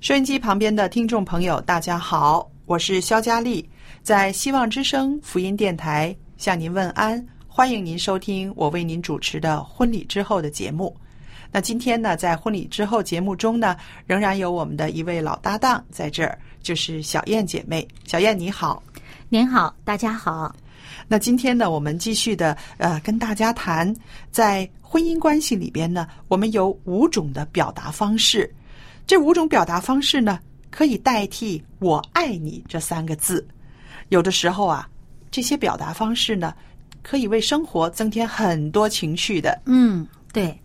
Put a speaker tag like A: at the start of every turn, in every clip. A: 收音机旁边的听众朋友，大家好，我是肖佳丽，在希望之声福音电台向您问安，欢迎您收听我为您主持的《婚礼之后》的节目。那今天呢，在婚礼之后节目中呢，仍然有我们的一位老搭档在这儿，就是小燕姐妹。小燕你好，
B: 您好，大家好。
A: 那今天呢，我们继续的呃，跟大家谈在婚姻关系里边呢，我们有五种的表达方式，这五种表达方式呢，可以代替“我爱你”这三个字。有的时候啊，这些表达方式呢，可以为生活增添很多情绪的。
B: 嗯，对，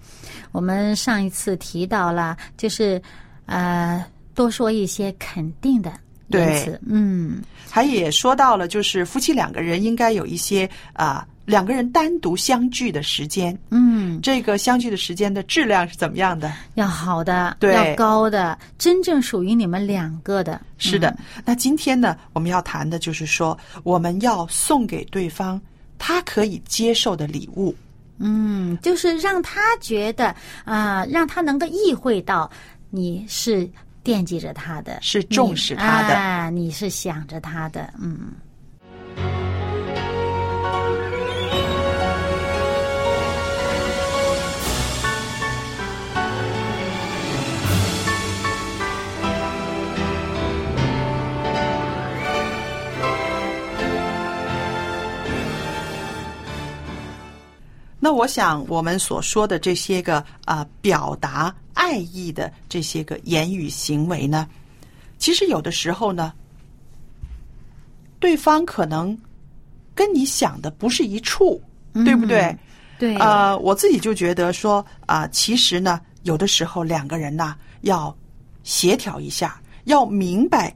B: 我们上一次提到了，就是呃，多说一些肯定的言辞。嗯，
A: 还也说到了，就是夫妻两个人应该有一些啊、两个人单独相聚的时间，
B: 嗯，
A: 这个相聚的时间的质量是怎么样的？
B: 要好的，
A: 对
B: 要高的，真正属于你们两个的。
A: 是的，那今天呢，我们要谈的就是说，我们要送给对方他可以接受的礼物。
B: 嗯，就是让他觉得啊、让他能够意会到你是惦记着他的，
A: 是重视他
B: 你
A: 的
B: 啊，你是想着他的，嗯。
A: 那我想，我们所说的这些个啊、呃表达爱意的这些个言语行为呢，其实有的时候呢，对方可能跟你想的不是一处，对不对？
B: 对，
A: 呃，我自己就觉得说啊、其实呢，有的时候两个人呐、要协调一下，要明白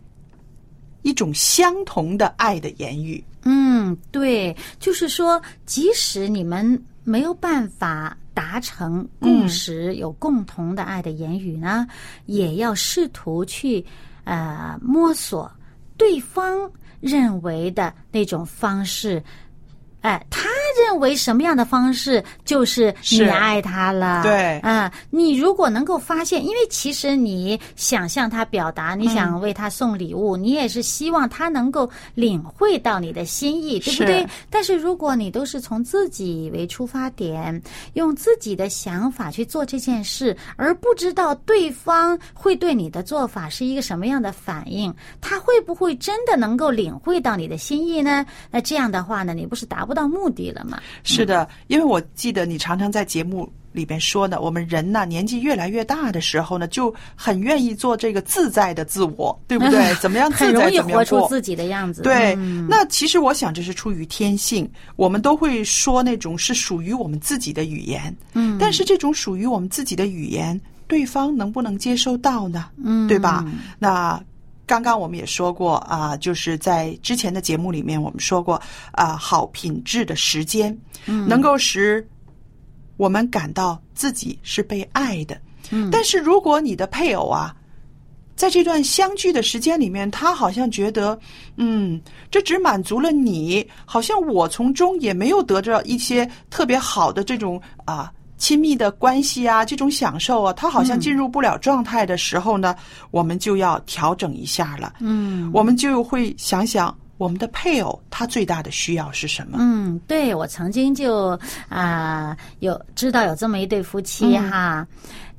A: 一种相同的爱的言语。
B: 嗯，对，就是说，即使你们没有办法达成共识，有共同的爱的言语呢，也要试图去呃摸索对方认为的那种方式。哎，他认为什么样的方式就是你
A: 是
B: 爱他了？
A: 对
B: 啊、你如果能够发现，因为其实你想向他表达，
A: 嗯
B: 你想为他送礼物，你也是希望他能够领会到你的心意，对不
A: 是
B: 对？但是如果你都是从自己为出发点，用自己的想法去做这件事，而不知道对方会对你的做法是一个什么样的反应，他会不会真的能够领会到你的心意呢？那这样的话呢，你不是达不到目的了吗？
A: 是
B: 嗯
A: 的，因为我记得你常常在节目里边说呢，我们人呐、年纪越来越大的时候呢，就很愿意做这个自在的自我，对不 对？怎么样
B: 很
A: 自
B: 容
A: 在
B: 易
A: 怎么
B: 活
A: 样
B: 出
A: 过？
B: 自己的样子。
A: 对，
B: 嗯
A: 那其实我想这是出于天性，我们都会说那种是属于我们自己的语言。嗯，但是这种属于我们自己的语言，对方能不能接收到呢？嗯，对吧？那刚刚我们也说过啊、就是在之前的节目里面我们说过啊、好品质的时间，嗯、能够使我们感到自己是被爱的。嗯，但是如果你的配偶啊，在这段相聚的时间里面，他好像觉得，嗯，这只满足了你，好像我从中也没有得到一些特别好的这种啊亲密的关系啊，这种享受啊，他好像进入不了状态的时候呢，我们就要调整一下了。
B: 嗯
A: 我们就会想想我们的配偶他最大的需要是什么。
B: 嗯，对，我曾经就啊、有知道有这么一对夫妻
A: 嗯
B: 哈，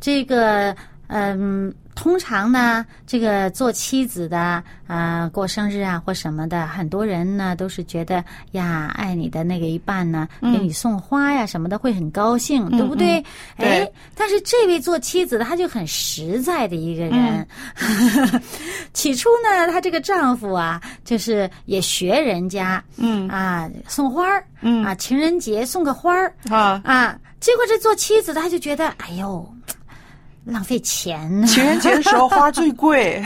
B: 这个嗯，通常呢，这个做妻子的啊、过生日啊或什么的，很多人呢都是觉得呀，爱你的那个一半呢，
A: 嗯
B: 给你送花呀什么的，会很高兴，对不对？哎
A: 嗯对，
B: 但是这位做妻子的，她就很实在的一个人。
A: 嗯
B: 起初呢，她这个丈夫啊，就是也学人家，
A: 嗯
B: 啊，送花儿，
A: 嗯
B: 啊，情人节送个花儿
A: 啊，
B: 啊，结果这做妻子的她就觉得，哎呦，浪费钱，
A: 情人节的时候花最贵。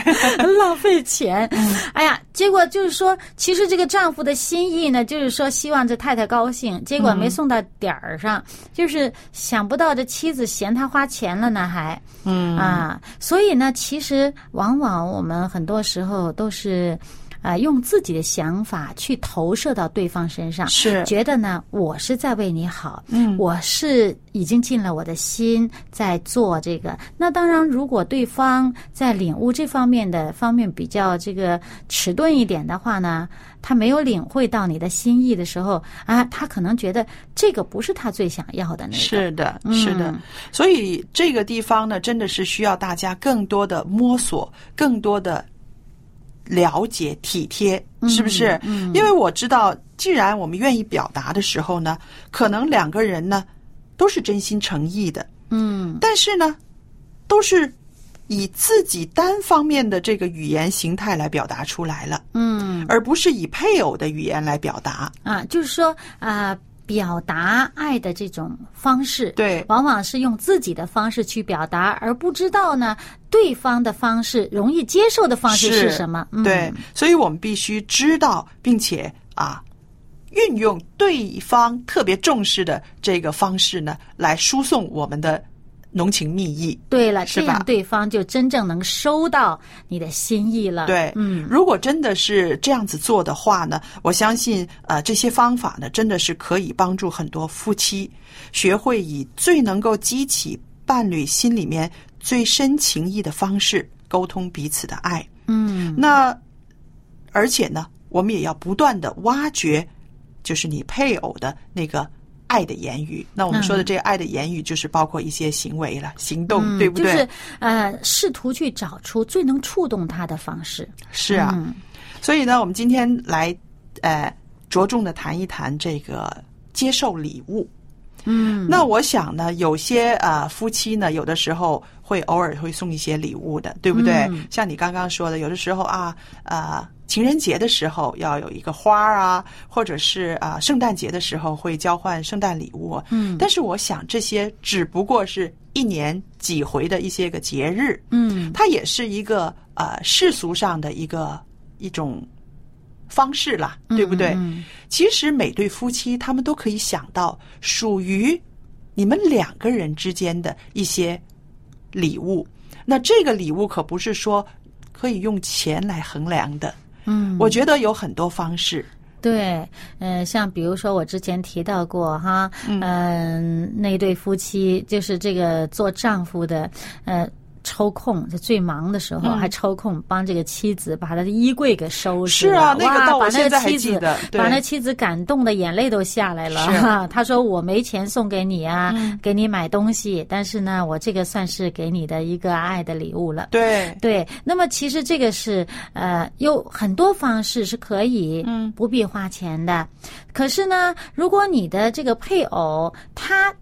B: 浪费钱，哎呀，结果就是说，其实这个丈夫的心意呢，就是说希望这太太高兴，结果没送到点儿上，就是想不到这妻子嫌他花钱了呢，还，
A: 嗯
B: 啊，所以呢，其实往往我们很多时候都是，呃，用自己的想法去投射到对方身上，
A: 是
B: 觉得呢，我是在为你好，嗯，我是已经尽了我的心在做这个。那当然，如果对方在领悟这方面的方面比较这个迟钝一点的话呢，他没有领会到你的心意的时候啊，他可能觉得这个不是他最想要的那个。
A: 是的，是的，
B: 嗯
A: 所以这个地方呢，真的是需要大家更多的摸索，更多的了解、体贴，是不是？嗯因为我知道，既然我们愿意表达的时候呢，可能两个人呢都是真心诚意的，
B: 嗯
A: 但是呢，都是以自己单方面的这个语言形态来表达出来了，
B: 嗯。
A: 而不是以配偶的语言来表达。
B: 啊，就是说啊、表达爱的这种方式，
A: 对
B: 往往是用自己的方式去表达，而不知道呢对方的方式容易接受的方式是什么。嗯、
A: 对，，所以我们必须知道，并且啊，运用对方特别重视的这个方式呢，来输送我们的浓情蜜意。
B: 对了，
A: 是
B: 这
A: 吧
B: 样对方就真正能收到你的心意了。
A: 对，
B: 嗯，
A: 如果真的是这样子做的话呢，我相信，呃，这些方法呢，真的是可以帮助很多夫妻学会以最能够激起伴侣心里面最深情意的方式沟通彼此的爱。
B: 嗯
A: 那而且呢，我们也要不断的挖掘，就是你配偶的那个爱的言语。那我们说的这个爱的言语，就是包括一些行为了、行动，
B: 嗯，
A: 哦对不对？
B: 就是呃，试图去找出最能触动他的方式。
A: 是啊。
B: 嗯
A: 所以呢，我们今天来呃着重的谈一谈这个接受礼物。
B: 嗯，
A: 那我想呢，有些呃夫妻呢，有的时候会偶尔会送一些礼物的，对不对？
B: 嗯
A: 像你刚刚说的，有的时候啊，呃，情人节的时候要有一个花儿啊，或者是啊、圣诞节的时候会交换圣诞礼物。
B: 嗯
A: 但是我想，这些只不过是一年几回的一些个节日，
B: 嗯
A: 它也是一个呃世俗上的一个一种方式啦，对不对？
B: 嗯
A: 其实每对夫妻他们都可以想到属于你们两个人之间的一些礼物。那这个礼物可不是说可以用钱来衡量的，
B: 嗯，
A: 我觉得有很多方式。
B: 对，呃，像比如说我之前提到过哈，嗯、那对夫妻就是这个做丈夫的，呃。抽空就最忙的时候，
A: 嗯
B: 还抽空帮这个妻子把她的衣柜给收拾
A: 是啊
B: 了
A: 那个
B: 哇
A: 到我
B: 把那
A: 现在
B: 个
A: 还
B: 妻
A: 记
B: 子
A: 得对
B: 把那妻子感动的眼泪都下来了。
A: 是嗯
B: 哈他说：“我没钱送给你啊，给你买东西，但是呢，我这个算是给你的一个爱的礼物了。”
A: 对，
B: 对，那么其实这个是呃，有很多方式是可以，
A: 嗯
B: 不必花钱的。可是呢，如果你的这个配偶他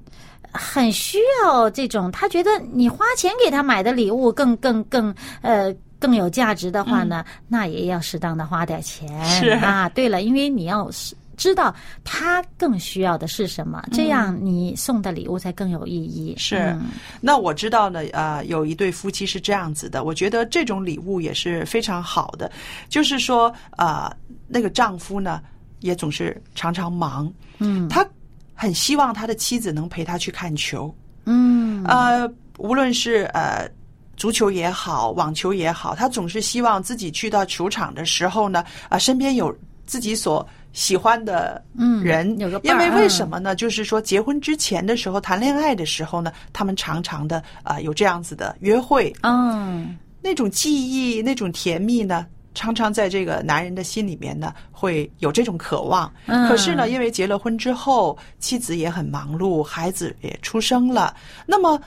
B: 很需要这种，他觉得你花钱给他买的礼物更更更呃。更有价值的话呢，那也要适当的花点钱
A: 嗯是
B: 啊。对了，因为你要是知道他更需要的是什么，这样你送的礼物才更有意义。
A: 嗯是
B: 嗯
A: 那我知道呢，呃，有一对夫妻是这样子的，我觉得这种礼物也是非常好的，就是说，呃，那个丈夫呢也总是常常忙，
B: 嗯
A: 他很希望他的妻子能陪他去看球，
B: 嗯
A: 呃，无论是呃。足球也好，网球也好，他总是希望自己去到球场的时候呢，啊，身边有自己所喜欢的
B: 嗯
A: 人，
B: 有个伴
A: 因
B: 儿
A: 为为
B: 嗯
A: 什么呢？就是说结婚之前的时候，谈恋爱的时候呢，他们常常的啊、有这样子的约会，
B: 嗯，
A: 那种记忆，那种甜蜜呢，常常在这个男人的心里面呢，会有这种渴望。
B: 嗯
A: 可是呢，因为结了婚之后，妻子也很忙碌，孩子也出生了，那么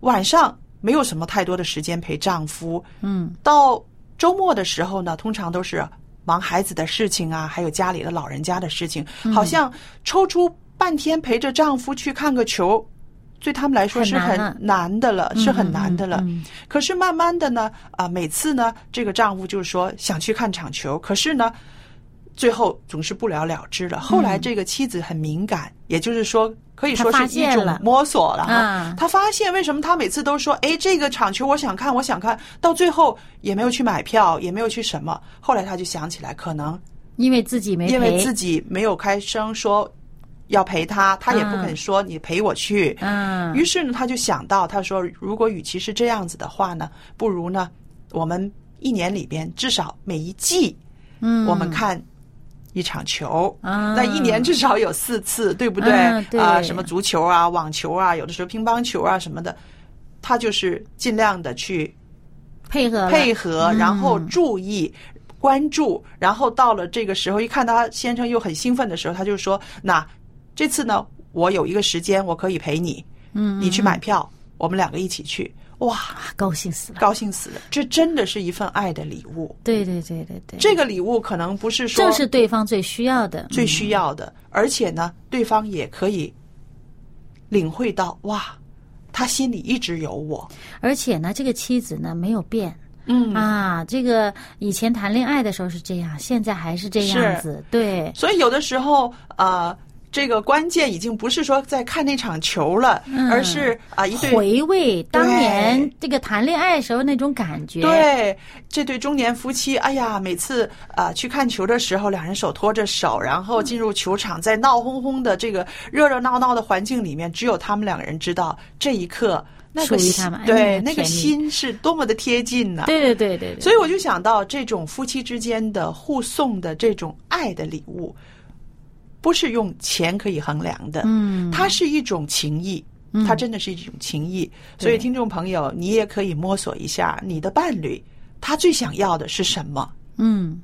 A: 晚上没有什么太多的时间陪丈夫。
B: 嗯，
A: 到周末的时候呢，通常都是忙孩子的事情啊，还有家里的老人家的事情，
B: 嗯
A: 好像抽出半天陪着丈夫去看个球。对他们来说是
B: 很难
A: 很
B: 了
A: 难的了，是很难的了。
B: 嗯嗯
A: 可是慢慢的呢，啊，每次呢，这个丈夫就是说想去看场球，可是呢，最后总是不了了之了。后来这个妻子很敏感，也就是说，可以说
B: 她发
A: 是一
B: 现
A: 种
B: 了
A: 摸索了哈
B: 嗯。
A: 他发现为什么他每次都说，哎，这个场球我想看，我想看到最后也没有去买票，也没有去什么。后来他就想起来，可能
B: 因为自己没陪，
A: 因为自己没有开声说要陪他，他也不
B: 嗯
A: 肯说你陪我去。
B: 嗯，
A: 于是呢，他就想到，他说，如果与其是这样子的话呢，不如呢，我们一年里边至少每一季，
B: 嗯
A: 我们看一场球。
B: 嗯
A: 那一年至少有四次，对不对？
B: 嗯对
A: 啊，什么足球啊、网球啊，有的时候乒乓球啊什么的，他就是尽量的去
B: 配合了
A: 配合，然后注意。关注，然后到了这个时候，一看他先生又很兴奋的时候，他就说：“那这次呢，我有一个时间，我可以陪你，
B: 嗯，
A: 你去买票，我们两个一起去。”哇，
B: 啊高兴死了，
A: 高兴死了！这真的是一份爱的礼物。
B: 对对对对对，
A: 这个礼物可能不是说
B: 正是对方最需要的，
A: 最需要的，而且呢，对方也可以领会到，哇，他心里一直有我。
B: 而且呢，这个妻子呢没有变。
A: 嗯
B: 啊，这个以前谈恋爱的时候是这样，现在还是这样子，对，
A: 所以有的时候，呃，这个关键已经不是说在看那场球了，
B: 嗯
A: 而是啊、一对
B: 回味当
A: 对
B: 年这个谈恋爱时候那种感觉，
A: 对这对中年夫妻，哎呀，每次啊、去看球的时候，两人手拖着手，然后进入球场，在闹哄哄的这个热热闹闹的环境里面，只有他们两个人知道这一刻那个
B: 属于
A: 心
B: 他们哎
A: 对
B: 那
A: 那
B: 个
A: 个
B: 甜蜜
A: 心是多么的贴近呢、
B: 对对对对对，
A: 所以我就想到，这种夫妻之间的互送的这种爱的礼物，不是用钱可以衡量的，
B: 嗯，
A: 它是一种情谊，它真的是一种情谊。所以，听众朋友，你也可以摸索一下你的伴侣，他最想要的是什么。
B: 嗯。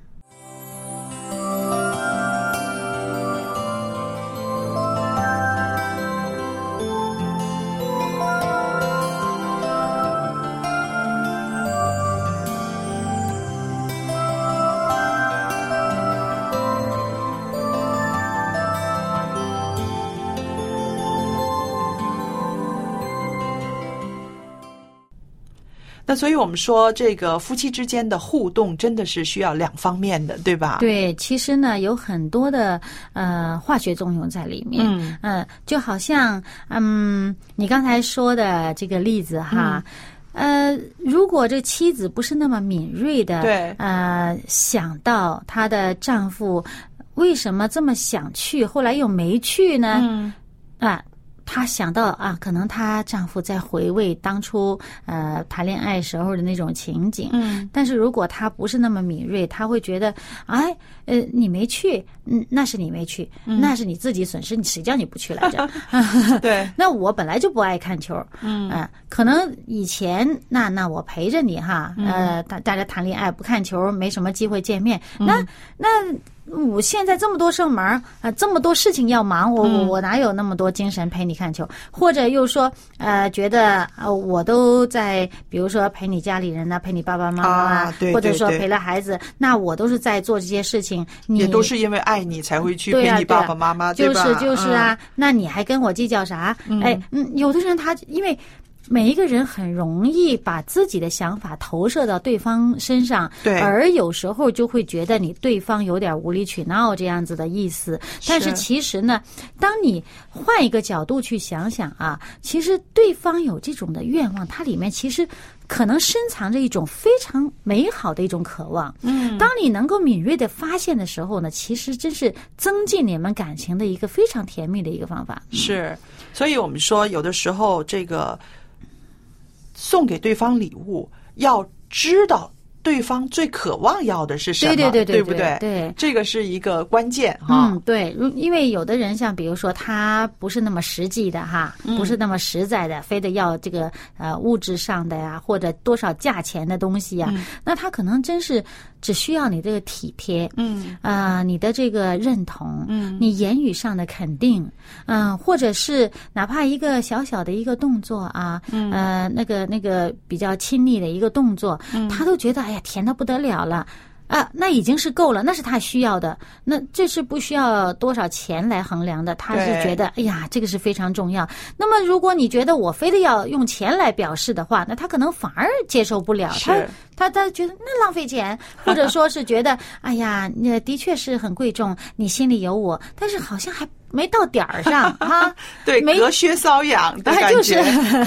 A: 那所以我们说，这个夫妻之间的互动真的是需要两方面的，对吧？，
B: 对，其实呢，有很多的呃化学作用在里面。
A: 嗯
B: 呃就好像嗯，你刚才说的这个例子哈。呃，如果这妻子不是那么敏锐的，
A: 对
B: 呃，想到她的丈夫为什么这么想去，后来又没去呢？
A: 嗯，
B: 啊，她想到啊，可能她丈夫在回味当初呃谈恋爱时候的那种情景，
A: 嗯，
B: 但是如果她不是那么敏锐，她会觉得，哎，呃，你没去，嗯，那是你没去，
A: 嗯
B: 那是你自己损失，你谁叫你不去来着？
A: 对，
B: 那我本来就不爱看球，嗯、可能以前那那我陪着你哈，
A: 嗯
B: 呃，大大家谈恋爱不看球，没什么机会见面，
A: 嗯
B: 那那。我现在这么多事忙啊、这么多事情要忙，我
A: 嗯
B: 我我哪有那么多精神陪你看球？或者又说，呃，觉得呃，我都在，比如说陪你家里人呢、陪你爸爸妈妈
A: 啊对
B: 或者
A: 对
B: 说
A: 对
B: 陪了孩子，那我都是在做这些事情，你
A: 也都是因为爱你才会去
B: 对
A: 陪
B: 呀对
A: 你爸
B: 呀
A: 爸妈妈，
B: 就
A: 对吧？嗯
B: 是就是啊，那你还跟我计较啥？哎，嗯，有的人他因为。每一个人很容易把自己的想法投射到对方身上，
A: 对
B: 而有时候就会觉得你对方有点无理取闹这样子的意思。但是
A: 是
B: 其实呢，当你换一个角度去想想啊，其实对方有这种的愿望，它里面其实可能深藏着一种非常美好的一种渴望。嗯，当你能够敏锐的发现的时候呢，其实真是增进你们感情的一个非常
A: 嗯
B: 甜蜜的一个方法。
A: 是，所以我们说，有的时候这个送给对方礼物，要知道对方最渴望要的是什么，
B: 对对对对
A: 不对？
B: 对
A: 这个是一个关键哈。
B: 嗯，对，如因为有的人像比如说他不是那么实际的哈，不是那么实在的，非得要这个呃物质上的呀，或者多少价钱的东西呀，那他可能真是只需要你这个体贴，
A: 嗯
B: 啊、你的这个认同，嗯，你言语上的肯定，嗯、或者是哪怕一个小小的一个动作啊，嗯，呃，那个那个比较亲密的一个动作，他都觉得哎呀甜的不得了了。啊，那已经是够了，那是他需要的，那这是不需要多少钱来衡量的，他是
A: 对
B: 觉得，哎呀，这个是非常重要。那么，如果你觉得我非得要用钱来表示的话，那他可能反而接受不了，他
A: 是
B: 他他觉得那浪费钱，或者说是觉得， 哎呀，那的确是很贵重，你心里有我，但是好像还没到点儿上啊，
A: 对，
B: 没哎
A: 隔靴搔痒的感
B: 就
A: 觉
B: 是，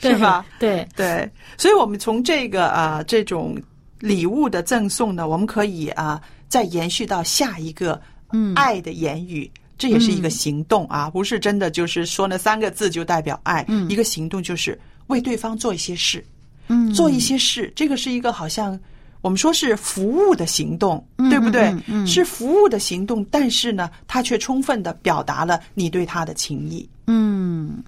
A: 是吧？？
B: 对，
A: 对，所以我们从这个啊这种礼物的赠送呢，我们可以啊再延续到下一个
B: 嗯
A: 爱的言语。这也是一个行动啊，不是真的就是说那三个字就代表爱。一个行动就是为对方做一些事，
B: 嗯，
A: 做一些事，这个是一个好像我们说是服务的行动，
B: 嗯
A: 对不对？
B: 嗯嗯嗯
A: 是服务的行动，但是呢，它却充分的表达了你对他的情意。
B: 嗯，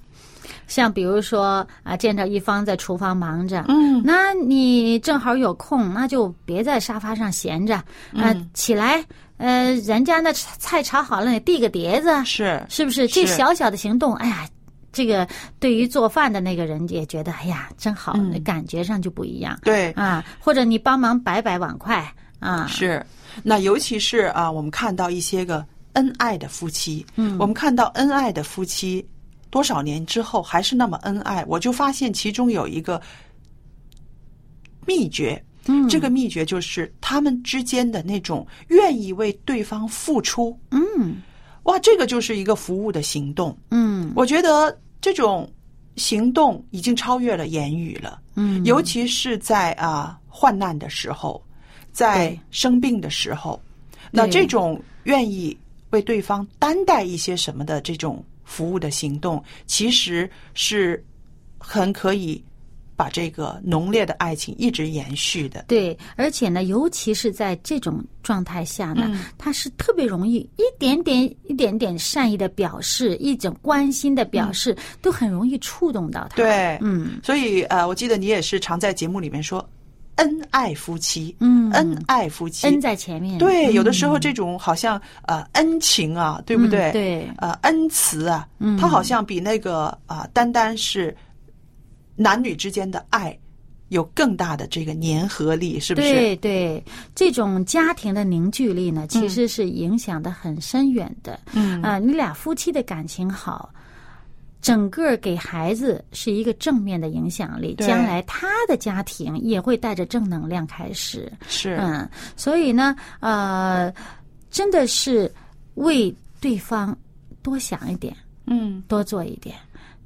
B: 像比如说啊，见着一方在厨房忙着，
A: 嗯，
B: 那你正好有空，那就别在沙发上闲着，啊、
A: 嗯
B: 起来，呃，人家那菜炒好了，你递个碟子，
A: 是
B: 是不是？这
A: 是
B: 小小的行动，哎呀，这个对于做饭的那个人也觉得，哎呀，真好，那感觉上就不一样
A: 嗯对，
B: 啊。或者你帮忙摆摆碗筷啊，
A: 是，那尤其是啊，我们看到一些个恩爱的夫妻，嗯，我们看到恩爱的夫妻多少年之后还是那么恩爱，我就发现其中有一个秘诀，
B: 嗯，
A: 这个秘诀就是他们之间的那种愿意为对方付出，
B: 嗯
A: 哇，这个就是一个服务的行动。
B: 嗯
A: 我觉得这种行动已经超越了言语了。
B: 嗯，
A: 尤其是在啊患难的时候，在
B: 对
A: 生病的时候，那
B: 对
A: 这种愿意为对方担待一些什么的这种服务的行动，其实是很可以把这个浓烈的爱情一直延续的。
B: 对，而且呢，尤其是在这种状态下呢，
A: 嗯
B: 他是特别容易一点点、一点点善意的表示，一种关心的表示，都很容易触动到他。，
A: 嗯对，
B: 嗯
A: 所以呃，我记得你也是常在节目里面说，恩爱夫妻，
B: 嗯，
A: 恩爱夫妻，
B: 恩在前面，
A: 对，有的时候这种好像呃恩情啊，对不
B: 嗯
A: 对？
B: 对
A: 呃恩慈啊，
B: 嗯
A: 它好像比那个啊、单单是男女之间的爱有更大的这个粘合力，是不是？
B: 对对，这种家庭的凝聚力呢，其实是影响的很深远的。
A: 嗯
B: 啊、你俩夫妻的感情好。整个给孩子是一个正面的影响力，
A: 对
B: 将来他的家庭也会带着正能量开始。
A: 是，
B: 嗯，所以呢，呃，真的是为对方多想一点，
A: 嗯，
B: 多做一点，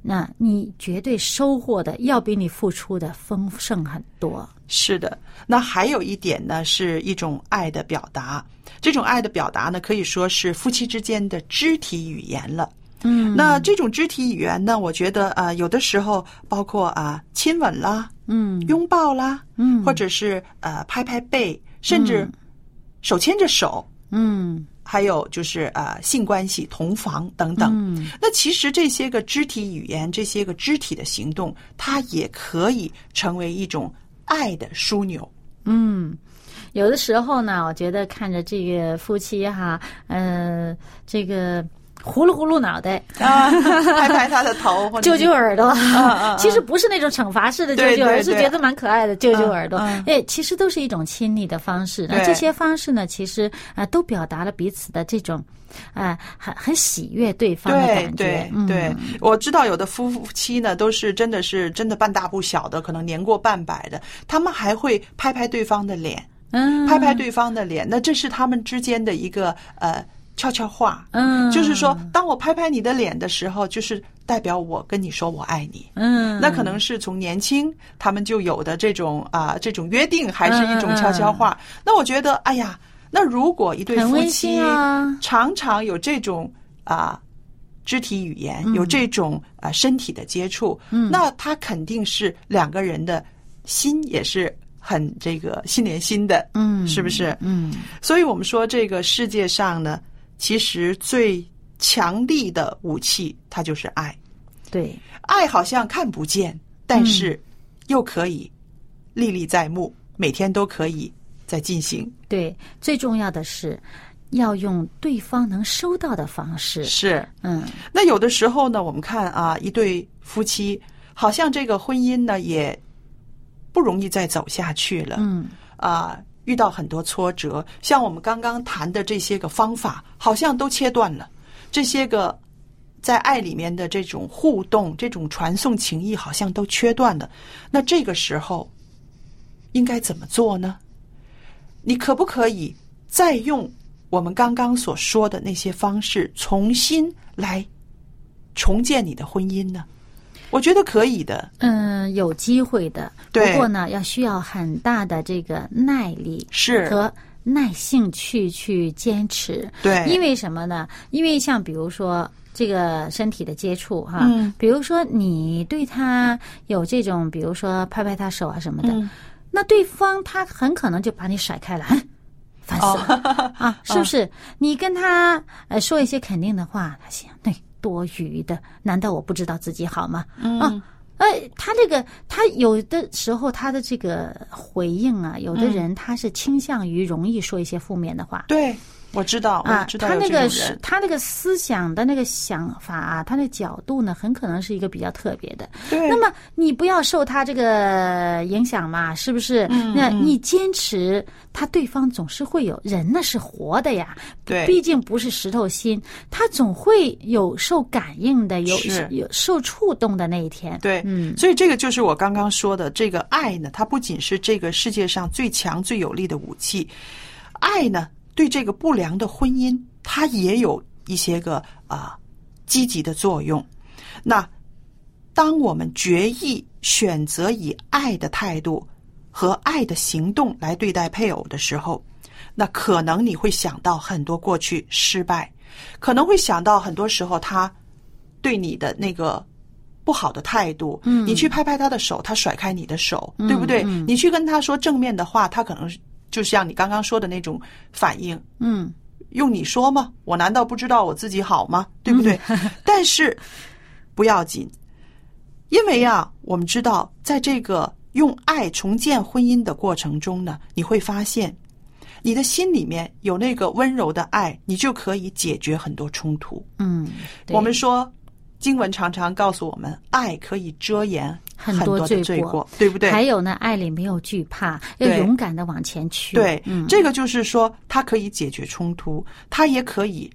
B: 那你绝对收获的要比你付出的丰盛很多。
A: 是的。那还有一点呢，是一种爱的表达。这种爱的表达呢，可以说是夫妻之间的肢体语言了。
B: 嗯，
A: 那这种肢体语言呢，我觉得啊、呃有的时候包括啊、亲吻啦、
B: 嗯
A: 拥抱啦，
B: 嗯
A: 或者是呃拍拍背，甚至
B: 嗯
A: 手牵着手，
B: 嗯
A: 还有就是呃性关系、同房等等。
B: 嗯
A: 那其实这些个肢体语言、这些个肢体的行动，它也可以成为一种爱的 枢纽。
B: 嗯，有的时候呢，我觉得看着这个夫妻哈，呃，这个呼噜呼噜脑袋，
A: 啊，拍拍他的头，或者
B: 揪
A: 是
B: 揪耳朵，其实不是那种惩罚式的揪
A: 啊对
B: 揪，
A: 对
B: 而是
A: 对
B: 觉得蛮可爱的揪揪耳朵
A: 嗯。
B: 哎，其实都是一种亲昵的方式。那
A: 对
B: 这些方式呢，其实啊，都表达了彼此的这种，啊，很很喜悦对方的
A: 对
B: 感觉
A: 对。
B: 嗯
A: 对，我知道有的夫妻呢，都是真的是真的半大不小的，可能年过半百的，他们还会拍拍对方的脸，
B: 嗯，
A: 拍拍对方的脸，那这是他们之间的一个呃悄悄话。
B: 嗯，
A: 就是说，当我拍拍你的脸的时候，就是代表我跟你说我爱你。
B: 嗯，
A: 那可能是从年轻他们就有的这种啊、这种约定，还是一种
B: 嗯嗯
A: 悄悄话。那我觉得，哎呀，那如果一对
B: 很
A: 夫
B: 温
A: 妻
B: 馨啊
A: 常常有这种啊、肢体语言，
B: 嗯
A: 有这种呃身体的接触，那他肯定是两个人的心也是很这个心连心的，
B: 嗯
A: 是不是？
B: 嗯
A: 所以我们说，这个世界上呢，其实最强力的武器，它就是爱。
B: 对，
A: 爱好像看不见，但是又可以历历在目，每天都可以在进行。
B: 对，最重要的是要用对方能收到的方式。
A: 是。
B: 嗯，
A: 那有的时候呢，我们看啊，一对夫妻好像这个婚姻呢也不容易再走下去了。
B: 嗯，
A: 啊，遇到很多挫折，像我们刚刚谈的这些个方法，好像都切断了。这些个在爱里面的这种互动、这种传送情谊，好像都切断了。那这个时候应该怎么做呢？你可不可以再用我们刚刚所说的那些方式，重新来重建你的婚姻呢？我觉得可以的，
B: 嗯，有机会的。不
A: 对
B: 过呢，要需要很大的这个耐力
A: 是
B: 和耐性去去坚持。
A: 对，
B: 因为什么呢？因为像比如说这个身体的接触哈、
A: 嗯
B: 比如说你对他有这种，比如说拍拍他手啊什么的，
A: 嗯
B: 那对方他很可能就把你甩开了，哼 烦死了、
A: 哦
B: 啊，是不是？你跟他呃说一些肯定的话，他想对多余的，难道我不知道自己好吗？
A: 嗯
B: 啊。呃，他这个，他有的时候他的这个回应啊，有
A: 嗯
B: 的人他是倾向于容易说一些负面的话，
A: 对，我知道，我
B: 啊，
A: 知道
B: 他
A: 有
B: 那
A: 这
B: 个
A: 种
B: 是
A: 人，
B: 他那个思想的那个想法啊，他的角度呢，很可能是一个比较特别的。
A: 对，
B: 那么你不要受他这个影响嘛，是不是？
A: 嗯
B: 那你坚持，他对方总是会有人那是活的呀，
A: 对
B: 毕竟不是石头心，他总会有受感应的，有
A: 是
B: 有受触动的那一天。
A: 对，
B: 嗯，
A: 所以这个就是我刚刚说的，这个爱呢，它不仅是这个世界上最强最有力的武器，爱呢对这个不良的婚姻，它也有一些个啊、积极的作用。那当我们决意选择以爱的态度和爱的行动来对待配偶的时候，那可能你会想到很多过去失败，可能会想到很多时候他对你的那个不好的态度，嗯，你去拍拍他的手，他甩开你的手，对不对？你去跟他说正面的话，他可能是就像你刚刚说的那种反应，
B: 嗯，
A: 用你说吗？我难道不知道我自己好吗？对不对？但是不要紧，因为啊，我们知道，在这个用爱重建婚姻的过程中呢，你会发现，你的心里面有那个温柔的爱，你就可以解决很多冲突。
B: 嗯，对
A: 我们说，经文常常告诉我们，爱可以遮掩
B: 很多
A: 多的
B: 罪
A: 罪
B: 过
A: 过，对不对？
B: 还有呢，爱里没有惧怕，要
A: 对
B: 勇敢的往前去。
A: 对，
B: 嗯，
A: 这个就是说，它可以解决冲突，它也可以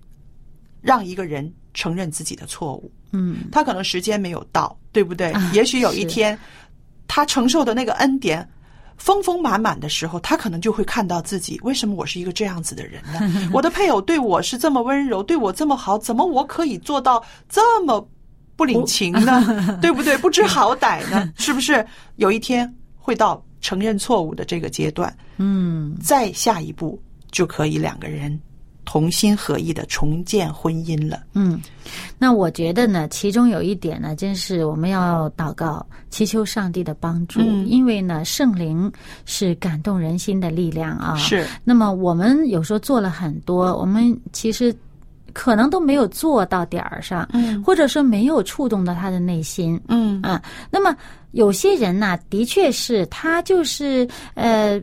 A: 让一个人承认自己的错误。
B: 嗯，
A: 他可能时间没有到，对不对？
B: 啊
A: 也许有一
B: 是
A: 天，他承受的那个恩典。丰丰满满的时候，他可能就会看到自己，为什么我是一个这样子的人 呢？我的配偶对我是这么温柔，对我这么好，怎么我可以做到这么不领情
B: 哦
A: 呢？ 对不对？不知好歹呢？ 是不是？有一天会到承认错误的这个阶段，
B: 嗯，
A: 再下一步就可以两个人同心合意的重建婚姻了。
B: 嗯，那我觉得呢，其中有一点呢，真是我们要祷告，祈求上帝的帮助，
A: 嗯
B: 因为呢，圣灵是感动人心的力量啊。。
A: 是，
B: 那么我们有时候做了很多，我们其实可能都没有做到点儿上，
A: 嗯
B: 或者说没有触动到他的内心。
A: 嗯，
B: 啊，那么有些人呐，的确是他就是呃。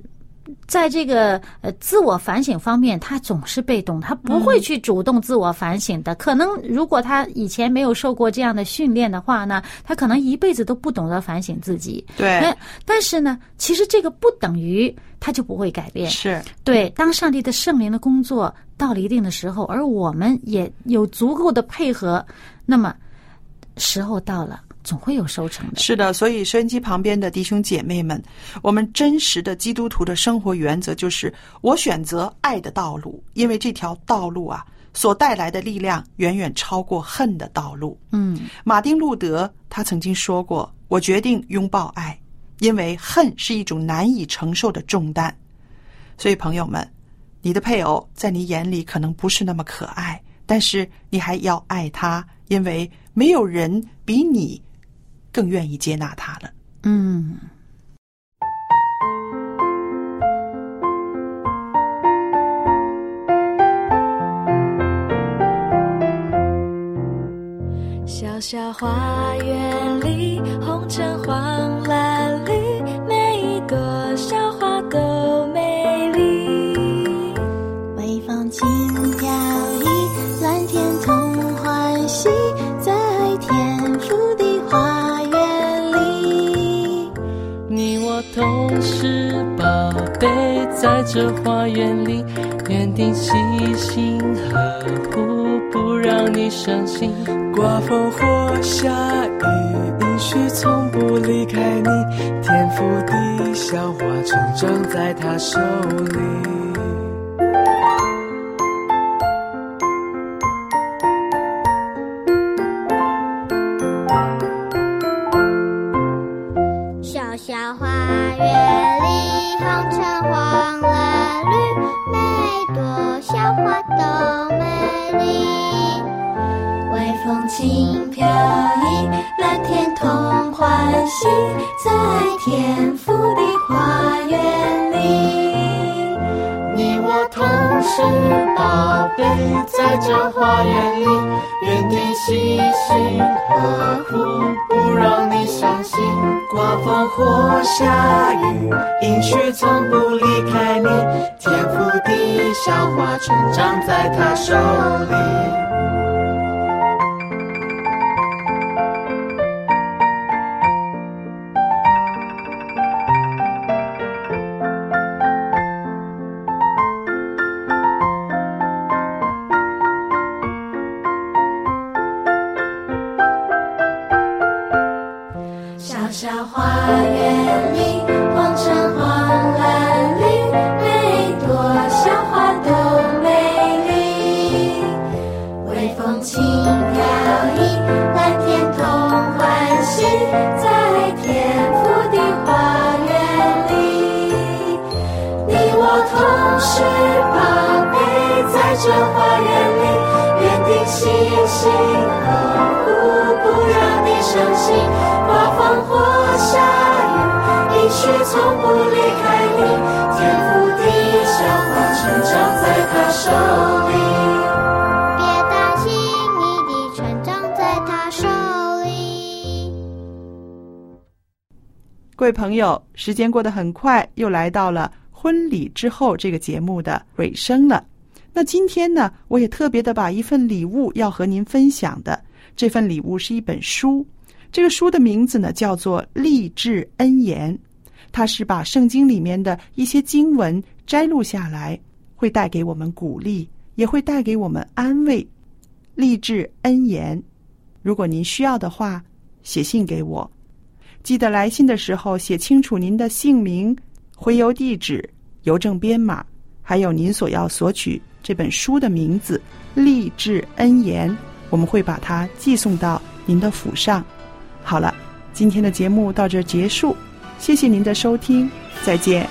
B: 在这个呃自我反省方面，他总是被动，他不会去主动自我反省的。可能如果他以前没有受过这样的训练的话呢，他可能一辈子都不懂得反省自己。
A: 对，
B: 但但是呢，其实这个不等于他就不会改变。
A: 是，
B: 对，当上帝的圣灵的工作到了一定的时候，而我们也有足够的配合，那么时候到了，总会有收成的。
A: 是的，所以收音机旁边的弟兄姐妹们，我们真实的基督徒的生活原则就是：我选择爱的道路，因为这条道路啊，所带来的力量远远超过恨的道路。
B: 嗯
A: 马丁·路德他曾经说过：“我决定拥抱爱，因为恨是一种难以承受的重担。”所以，朋友们，你的配偶在你眼里可能不是那么可爱，但是你还要爱他，因为没有人比你更愿意接纳他了。
B: 嗯。
C: 小小花园里，红橙黄蓝绿，每一朵小花都美丽。
D: 微风轻飘逸，蓝天同欢喜，在天府的花园里，
E: 你我都是宝贝，在这花园里，园丁细心呵护，不让你伤心。
F: 刮风或下雨，阴虚从不离开你。天府的小花成长在他手里。
D: 小小花园里，红橙黄蓝绿，每朵小花都美丽。
C: 微风轻飘逸，蓝天同欢喜，在天府的花园里。
F: 你我同是宝贝，在这花园里，园丁细心呵护，不让你伤心。刮风或下雨，阴虚从不离开你。天府的小花成长在他手里。
C: 小小花园里，红橙黄蓝绿，每一朵小花都美丽。微风轻飘逸，蓝天同欢喜，在天府的花园里。你我同是宝贝，在这花园里，园丁细心呵护，不让你伤心。刮风或下雨，阴雪从不离开你。天府的小花成长在他手里。
D: 别担心，你的成长在他手里。
A: 各位朋友，时间过得很快，又来到了婚礼之后这个节目的尾声了。那今天呢，我也特别的把一份礼物要和您分享的，这份礼物是一本书，这个书的名字呢叫做《励志恩言》，它是把圣经里面的一些经文摘录下来，会带给我们鼓励，也会带给我们安慰。励志恩言，如果您需要的话，写信给我。记得来信的时候写清楚您的姓名、回邮地址、邮政编码，还有您所要索取这本书的名字《励志恩言》，我们会把它寄送到您的府上。好了，今天的节目到这儿结束，谢谢您的收听，再见。